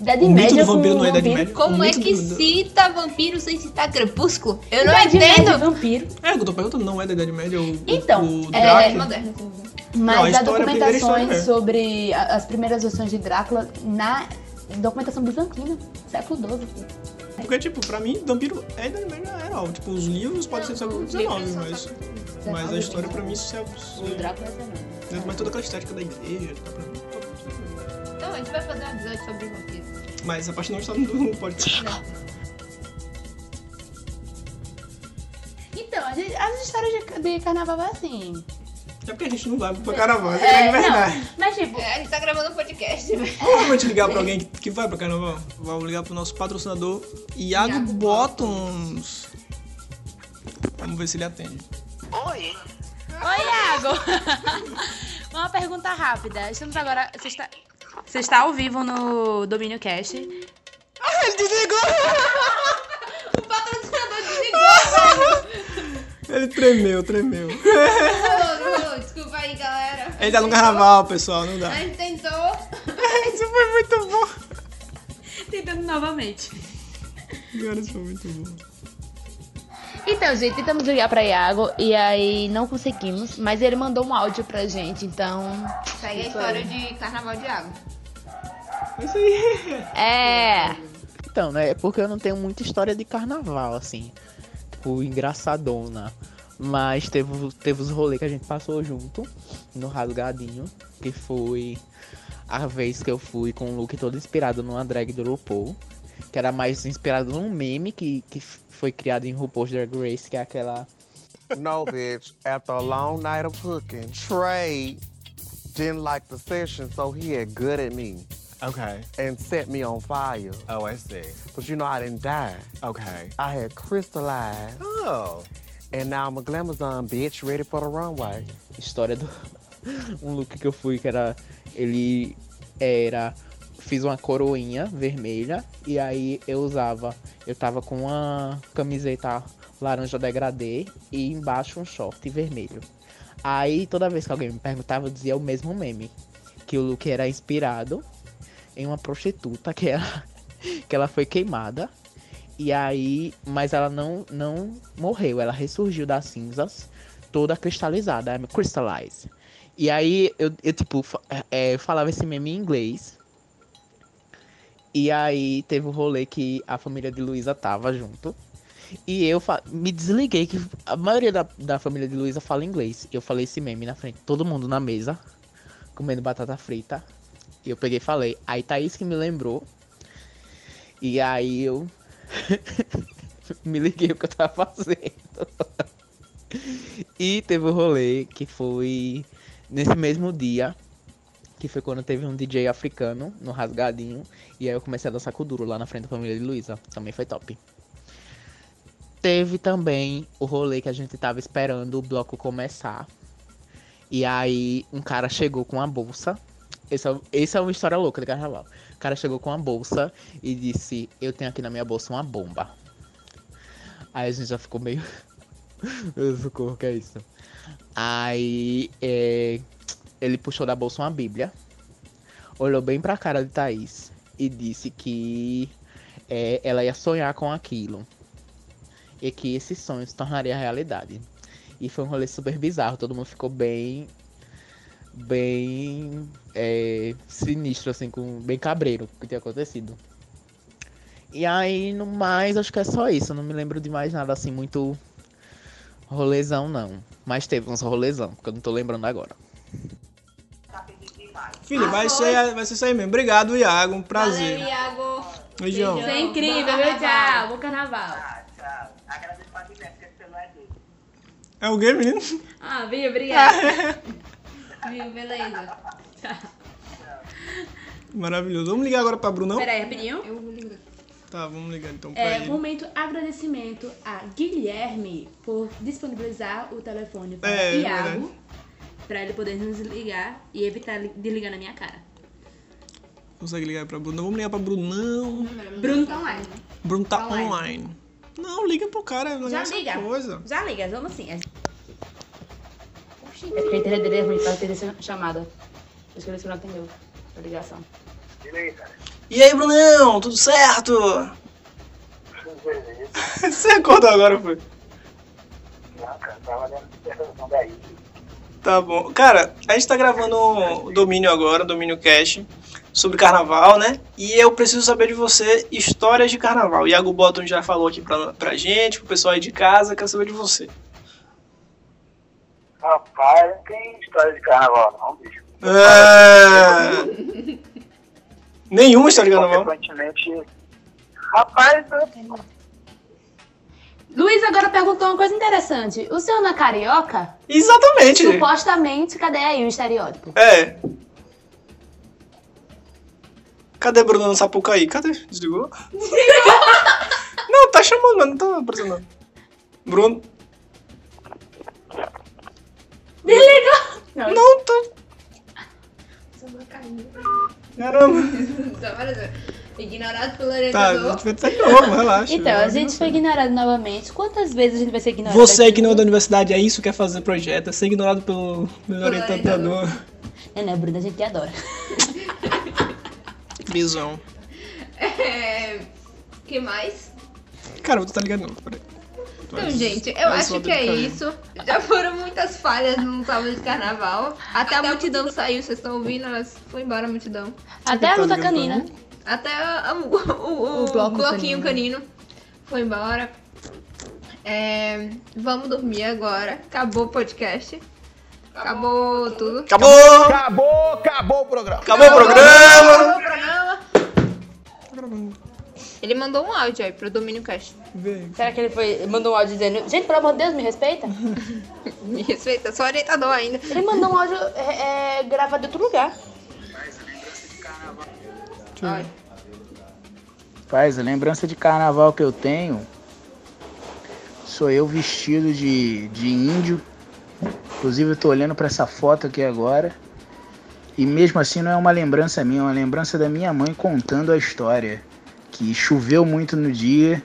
[SPEAKER 3] Idade
[SPEAKER 1] O mito
[SPEAKER 3] Média
[SPEAKER 1] do vampiro
[SPEAKER 3] com
[SPEAKER 1] não é Idade Média?
[SPEAKER 2] Como é
[SPEAKER 1] Muito
[SPEAKER 2] que
[SPEAKER 1] lindo.
[SPEAKER 2] cita vampiro sem citar crepúsculo? Eu não
[SPEAKER 3] Idade é Média
[SPEAKER 2] entendo.
[SPEAKER 3] e vampiro.
[SPEAKER 1] É, o que eu tô perguntando não é da Idade Média. O,
[SPEAKER 3] Então,
[SPEAKER 1] o, o
[SPEAKER 3] é,
[SPEAKER 2] É
[SPEAKER 1] Drácula.
[SPEAKER 2] moderno.
[SPEAKER 3] Mas
[SPEAKER 1] Não, a
[SPEAKER 3] há
[SPEAKER 1] história, a primeira
[SPEAKER 3] documentações
[SPEAKER 1] história, é.
[SPEAKER 3] sobre a- as primeiras versões de Drácula na documentação bizantina, século XII.
[SPEAKER 1] Porque, tipo, pra mim, vampiro é Idade Média real. Tipo, os livros podem ser do século XIX, mas, mas a história, pra mim, isso é.
[SPEAKER 3] né? O Drácula é século
[SPEAKER 1] Mas toda aquela estética da igreja, tá pra mim. tá-
[SPEAKER 2] Então, a gente vai fazer um episódio sobre vampiro.
[SPEAKER 1] Mas a parte não está no podcast.
[SPEAKER 3] Então, a gente- as histórias de, de carnaval é assim.
[SPEAKER 1] É porque a gente não vai pro carnaval, é,
[SPEAKER 3] É,
[SPEAKER 1] é verdade.
[SPEAKER 3] não, mas tipo,
[SPEAKER 2] É, a gente tá gravando um podcast, velho.
[SPEAKER 1] Vamos te ligar pra alguém que, que vai pra carnaval? Vamos ligar pro nosso patrocinador, Iago,
[SPEAKER 2] Iago
[SPEAKER 1] Bottoms. Vamos ver se ele atende.
[SPEAKER 4] Oi,
[SPEAKER 3] Oi, Iago! Uma pergunta rápida. Estamos agora. Você está, você está ao vivo no Domínio Cast.
[SPEAKER 1] Ele desligou!
[SPEAKER 2] O patrocinador desligou,
[SPEAKER 1] Ele tremeu, tremeu.
[SPEAKER 2] velho. Ô, ô, Desculpa aí, galera.
[SPEAKER 1] Ele tá no carnaval, pessoal, não dá.
[SPEAKER 2] A gente tentou.
[SPEAKER 1] Isso foi muito bom.
[SPEAKER 3] Tentando novamente.
[SPEAKER 1] Cara, isso foi muito bom.
[SPEAKER 3] Então, gente, tentamos ligar pra Iago e aí não conseguimos, mas ele mandou um áudio pra gente, então.
[SPEAKER 2] Segue a história de carnaval de água.
[SPEAKER 1] É isso aí.
[SPEAKER 3] É.
[SPEAKER 4] Então, né? é Porque eu não tenho muita história de carnaval, assim. Tipo, engraçadona. Mas teve, teve os rolês que a gente passou junto no Rasgadinho. Que foi a vez que eu fui com o look todo inspirado numa drag do RuPaul. Que era mais inspirado num meme que, que foi criado em RuPaul's Drag Race, que é aquela.
[SPEAKER 5] No, bitch. After a long night of cooking, Trey didn't like the session, so he had good at me
[SPEAKER 6] Okay.
[SPEAKER 5] and set me on fire.
[SPEAKER 6] Oh, I see.
[SPEAKER 5] But you know, I didn't die.
[SPEAKER 6] Okay.
[SPEAKER 5] I had crystallized,
[SPEAKER 6] Oh.
[SPEAKER 5] and now I'm a glamazon bitch ready for the runway.
[SPEAKER 4] história do um look que eu fui que era ele era fiz uma coroinha vermelha e aí eu usava eu tava com uma camiseta laranja degradê e embaixo um short vermelho aí toda vez que alguém me perguntava eu dizia o mesmo meme que o look era inspirado em uma prostituta que ela que ela foi queimada e aí mas ela não não morreu ela ressurgiu das cinzas toda cristalizada, I'm crystallized. E aí eu, eu tipo, fa- é, eu falava esse meme em inglês. E aí teve o rolê que a família de Luísa tava junto. E eu fa- me desliguei que a maioria da, da família de Luísa fala inglês. Eu falei esse meme na frente, todo mundo na mesa, comendo batata frita. E eu peguei e falei. Aí Thaís que me lembrou. E aí eu me liguei o que eu tava fazendo. E teve o rolê que foi nesse mesmo dia, que foi quando teve um DJ africano no Rasgadinho. E aí eu comecei a dançar com o duro lá na frente da família de Luísa. Também foi top. Teve também o rolê que a gente tava esperando o bloco começar. E aí um cara chegou com uma bolsa. Essa, essa é uma história louca de carnaval. O cara chegou com uma bolsa e disse: Eu tenho aqui na minha bolsa uma bomba. Aí a gente já ficou meio. Meu socorro, que é isso? Aí é, ele puxou da bolsa uma bíblia, olhou bem pra cara de Thaís e disse que é, ela ia sonhar com aquilo. E que esse sonho se tornaria realidade. E foi um rolê super bizarro, todo mundo ficou bem. Bem. é, sinistro, assim, com, bem cabreiro o que tinha acontecido. E aí, no mais, acho que é só isso. eu Não me lembro de mais nada assim muito Rolezão não. Mas teve uns rolezão, porque eu não tô lembrando agora.
[SPEAKER 1] Filho, vai
[SPEAKER 2] Ah,
[SPEAKER 1] ser, vai ser isso aí mesmo. Obrigado, Iago. Um prazer.
[SPEAKER 2] Valeu, Iago.
[SPEAKER 1] Beijão.
[SPEAKER 2] Beijão.
[SPEAKER 3] Foi é incrível, meu tchau, bom carnaval.
[SPEAKER 1] É o game, menino?
[SPEAKER 3] Ah, Vi, obrigada.
[SPEAKER 2] Viu, beleza.
[SPEAKER 1] Maravilhoso. Vamos ligar agora pra Brunão?
[SPEAKER 3] Peraí, rapidinho.
[SPEAKER 2] Eu vou ligar.
[SPEAKER 1] Tá, vamos ligar então pra
[SPEAKER 3] É,
[SPEAKER 1] ele.
[SPEAKER 3] momento agradecimento a Guilherme por disponibilizar o telefone para
[SPEAKER 1] É,
[SPEAKER 3] Iago,
[SPEAKER 1] verdade.
[SPEAKER 3] para ele poder nos ligar e evitar li- de ligar na minha cara.
[SPEAKER 1] Consegue ligar pra Brunão? Vamos ligar pra Brunão.
[SPEAKER 2] Bruno tá online.
[SPEAKER 3] né?
[SPEAKER 1] Bruno tá
[SPEAKER 2] Online.
[SPEAKER 1] online. Não, liga pro cara. Não é
[SPEAKER 3] Já
[SPEAKER 1] essa
[SPEAKER 3] liga.
[SPEAKER 1] coisa.
[SPEAKER 3] Já liga, vamos sim. Eu fiquei entendendo ruim pra atender essa chamada. Eu escolhi se não atendeu a ligação.
[SPEAKER 1] E aí, Brunão, tudo certo?
[SPEAKER 6] Beleza.
[SPEAKER 1] Você acordou agora, foi?
[SPEAKER 6] Não, cara, tava dando dispersação daí.
[SPEAKER 1] Tá bom. Cara, a gente tá gravando o domínio agora, o domínio cash, sobre carnaval, né? E eu preciso saber de você histórias de carnaval. O Iago Bottom já falou aqui pra, pra gente, pro pessoal aí de casa, quero saber de você.
[SPEAKER 6] Rapaz, não tem história de carnaval, não, bicho.
[SPEAKER 1] É... Nenhuma história de carnaval.
[SPEAKER 6] Consequentemente, rapaz, eu-
[SPEAKER 3] Luiz agora perguntou uma coisa interessante. O senhor não é carioca?
[SPEAKER 1] Exatamente.
[SPEAKER 3] Supostamente, cadê aí o estereótipo?
[SPEAKER 1] É. Cadê Bruno no Sapucaí? Cadê? Desligou? não, tá chamando, mas não tá pressionando. Bruno.
[SPEAKER 3] Não.
[SPEAKER 1] Não, tá. Caramba.
[SPEAKER 2] Ignorado pelo
[SPEAKER 1] Tá,
[SPEAKER 2] orientador.
[SPEAKER 1] tá de novo, relaxa.
[SPEAKER 3] Então, a gente foi ignorado novamente. Quantas vezes a gente vai ser ignorado?
[SPEAKER 1] Você é
[SPEAKER 3] aqui?
[SPEAKER 1] que não é da universidade, é isso que é fazer projeto, é ser ignorado pelo, pelo
[SPEAKER 2] orientador.
[SPEAKER 1] orientador.
[SPEAKER 3] É, né, Bruna? A gente te adora.
[SPEAKER 1] Visão.
[SPEAKER 2] É, que mais?
[SPEAKER 1] Cara, eu tô tá ligado não, peraí.
[SPEAKER 2] Então, gente, eu
[SPEAKER 1] Mas
[SPEAKER 2] acho
[SPEAKER 1] sobe
[SPEAKER 2] que é
[SPEAKER 1] do carro.
[SPEAKER 2] isso. Já foram muitas falhas num sábado de carnaval. Até a multidão saiu, vocês estão ouvindo? Elas foi embora a multidão.
[SPEAKER 3] Até a
[SPEAKER 1] tá
[SPEAKER 3] luta
[SPEAKER 1] ligado
[SPEAKER 3] canina.
[SPEAKER 1] pra
[SPEAKER 2] Até a- o, o- o
[SPEAKER 7] O bloco
[SPEAKER 2] bloquinho canino.
[SPEAKER 7] canino.
[SPEAKER 2] foi embora. É, vamos dormir agora. Acabou o podcast. Acabou tudo.
[SPEAKER 1] Acabou!
[SPEAKER 5] Acabou, acabou o programa.
[SPEAKER 1] Acabou o programa!
[SPEAKER 2] Acabou o programa. Ele mandou um áudio aí pro Domínio Cash.
[SPEAKER 1] Vem.
[SPEAKER 3] Será que ele foi, mandou um áudio dizendo, gente, pelo amor de Deus, me respeita?
[SPEAKER 2] Me respeita, sou orientador ainda.
[SPEAKER 3] Ele mandou um áudio é, é, gravado em outro lugar.
[SPEAKER 2] Olha.
[SPEAKER 7] Rapaz, a lembrança de carnaval que eu tenho sou eu vestido de, de índio. Inclusive, eu tô olhando pra essa foto aqui agora. E mesmo assim, não é uma lembrança minha, é uma lembrança da minha mãe contando a história. Que choveu muito no dia,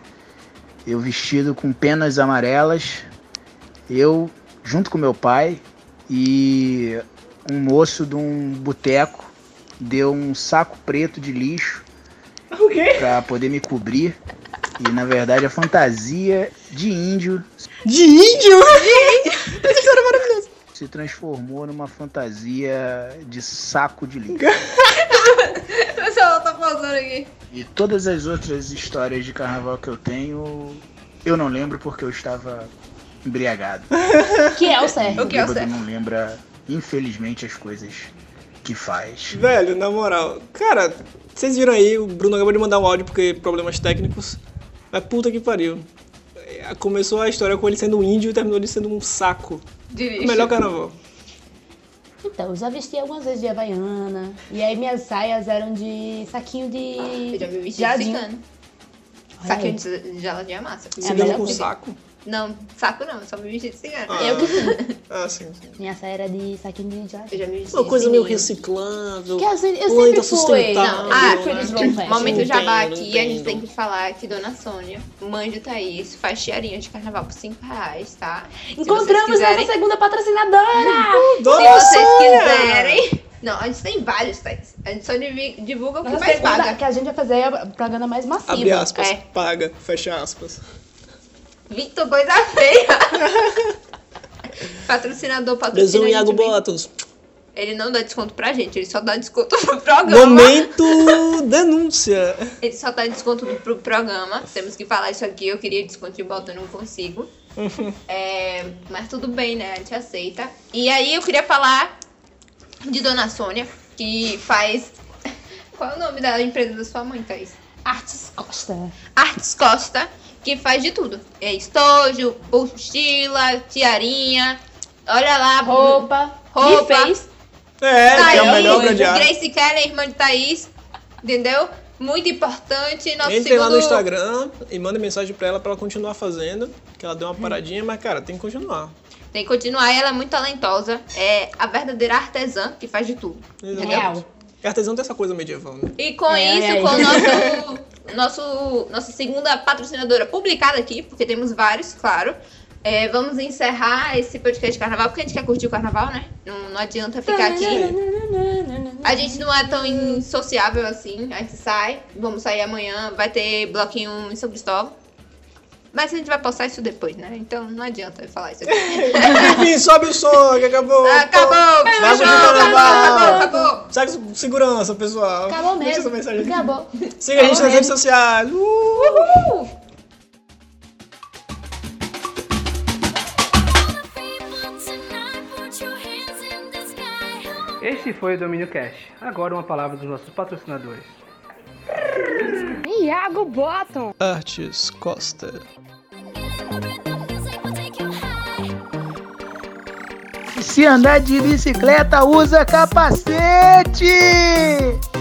[SPEAKER 7] eu vestido com penas amarelas, eu junto com meu pai e um moço de um boteco deu um saco preto de lixo
[SPEAKER 1] O quê?
[SPEAKER 7] pra poder me cobrir. E na verdade a fantasia de índio
[SPEAKER 1] De índio?
[SPEAKER 7] se transformou numa fantasia de saco de lixo.
[SPEAKER 2] O pessoal tá pausando aqui.
[SPEAKER 7] E todas as outras histórias de carnaval que eu tenho, eu não lembro porque eu estava embriagado.
[SPEAKER 3] Que é o certo.
[SPEAKER 2] O que é o
[SPEAKER 7] Bêbado
[SPEAKER 2] certo?
[SPEAKER 7] não lembra, infelizmente, as coisas que faz.
[SPEAKER 1] Velho, na moral. Cara, vocês viram aí, o Bruno acabou de mandar um áudio porque problemas técnicos. Mas puta que pariu. É, Começou a história com ele sendo um índio e terminou ele sendo um saco.
[SPEAKER 2] De
[SPEAKER 1] O
[SPEAKER 2] lixo.
[SPEAKER 1] melhor carnaval.
[SPEAKER 3] Então, eu já vesti algumas vezes de Havaiana. E aí minhas saias eram de saquinho de.
[SPEAKER 2] Eu já vi o vestido
[SPEAKER 3] jardim.
[SPEAKER 2] cigano.
[SPEAKER 3] Olha
[SPEAKER 2] Saquinho
[SPEAKER 3] aí.
[SPEAKER 2] de geladinha massa.
[SPEAKER 1] Se
[SPEAKER 3] a
[SPEAKER 1] liga
[SPEAKER 3] É melhor
[SPEAKER 1] com
[SPEAKER 3] coisa.
[SPEAKER 1] saco.
[SPEAKER 2] Não, saco não, eu só me vesti de cigano.
[SPEAKER 1] Ah,
[SPEAKER 3] Eu que fiz.
[SPEAKER 1] Ah, sim. sim.
[SPEAKER 3] Minha saia era de saquinho de
[SPEAKER 2] Eu
[SPEAKER 3] jardim.
[SPEAKER 2] já me vesti
[SPEAKER 1] Uma
[SPEAKER 2] de
[SPEAKER 1] coisa meio
[SPEAKER 2] sininho.
[SPEAKER 1] reciclável.
[SPEAKER 3] Que assim,
[SPEAKER 1] Planta
[SPEAKER 3] eu sempre fui. é
[SPEAKER 1] sustentável,
[SPEAKER 3] eu
[SPEAKER 2] Ah,
[SPEAKER 3] sempre fui
[SPEAKER 1] né?
[SPEAKER 3] dos low fashion.
[SPEAKER 2] Momento
[SPEAKER 1] Não
[SPEAKER 2] jabá
[SPEAKER 1] entendo, não
[SPEAKER 2] aqui, a gente
[SPEAKER 1] entendo.
[SPEAKER 2] tem que falar que Dona Sônia, mãe de Thaís, faz tiarinha de carnaval por 5 reais, tá? Se vocês
[SPEAKER 3] Encontramos
[SPEAKER 2] quiserem-
[SPEAKER 3] nossa segunda patrocinadora!
[SPEAKER 2] Se
[SPEAKER 1] Dona
[SPEAKER 2] vocês
[SPEAKER 1] Sônia!
[SPEAKER 2] quiserem. Não, a gente tem vários, Thaís. A gente só divi- divulga o que
[SPEAKER 3] Nossa
[SPEAKER 2] mais
[SPEAKER 3] segunda,
[SPEAKER 2] paga.
[SPEAKER 3] Que a gente vai fazer é a propaganda mais massiva.
[SPEAKER 1] Abre aspas,
[SPEAKER 2] É.
[SPEAKER 1] paga, fecha aspas.
[SPEAKER 2] Victor Coisa Feia. Patrocinador, patrocina
[SPEAKER 1] Brasil
[SPEAKER 2] a
[SPEAKER 3] é
[SPEAKER 2] gente
[SPEAKER 1] Iago
[SPEAKER 2] bem.
[SPEAKER 1] Bottas.
[SPEAKER 2] Ele não dá desconto pra gente, ele só dá desconto pro programa.
[SPEAKER 1] Momento denúncia.
[SPEAKER 2] Ele só dá desconto pro programa. Temos que falar isso aqui. Eu queria desconto de volta, eu não consigo. É, mas tudo bem, né? A gente aceita. E aí eu queria falar de Dona Sônia, que faz. Qual é o nome da empresa da sua mãe, Thaís?
[SPEAKER 3] Artes Costa.
[SPEAKER 2] Artes Costa, que faz de tudo. É estojo, mochila, tiarinha. Olha lá,
[SPEAKER 3] Roupa.
[SPEAKER 2] Roupa.
[SPEAKER 3] Me fez. Tá
[SPEAKER 1] É, que é o melhor
[SPEAKER 2] Thaís,
[SPEAKER 1] grande arte.
[SPEAKER 2] Grace Kelly, irmã de Thaís, entendeu? Muito importante,
[SPEAKER 3] Tá
[SPEAKER 2] nosso
[SPEAKER 1] Entrem
[SPEAKER 2] segundo...
[SPEAKER 1] lá no Instagram e mandem mensagem pra ela pra ela continuar fazendo. Que ela deu
[SPEAKER 3] Hum.
[SPEAKER 1] uma paradinha, mas cara, tem que continuar.
[SPEAKER 2] Tem que continuar, ela é muito talentosa, é a verdadeira artesã que faz de tudo.
[SPEAKER 3] É Real.
[SPEAKER 1] E Artesão tem essa coisa medieval, né?
[SPEAKER 2] E com
[SPEAKER 3] É,
[SPEAKER 2] isso,
[SPEAKER 3] olha aí.
[SPEAKER 2] com o nosso, nosso, nossa segunda patrocinadora publicada aqui, porque temos vários, claro, É, vamos encerrar esse podcast de carnaval, porque a gente quer curtir o carnaval, né? Não, não adianta ficar aqui. A gente não é tão insociável assim. A gente sai, vamos sair amanhã, vai ter bloquinho em São Cristóvão. Mas a gente vai postar isso depois, né? Então não adianta eu falar isso aqui.
[SPEAKER 1] Enfim, sobe o som, que acabou.
[SPEAKER 3] Ah,
[SPEAKER 2] Acabou!
[SPEAKER 1] Vamos de
[SPEAKER 2] Acabou,
[SPEAKER 1] carnaval.
[SPEAKER 2] acabou, acabou!
[SPEAKER 1] Sabe segurança, pessoal.
[SPEAKER 3] Acabou
[SPEAKER 1] Deixa
[SPEAKER 3] mesmo.
[SPEAKER 1] essa mensagem aqui.
[SPEAKER 3] Acabou.
[SPEAKER 1] Siga a gente
[SPEAKER 2] Acabou
[SPEAKER 1] nas redes sociais. Uh!
[SPEAKER 8] Este foi o Domínio Cash. Agora uma palavra dos nossos patrocinadores.
[SPEAKER 9] Iago Bottom.
[SPEAKER 1] Artes Costa.
[SPEAKER 7] Se andar de bicicleta, usa capacete!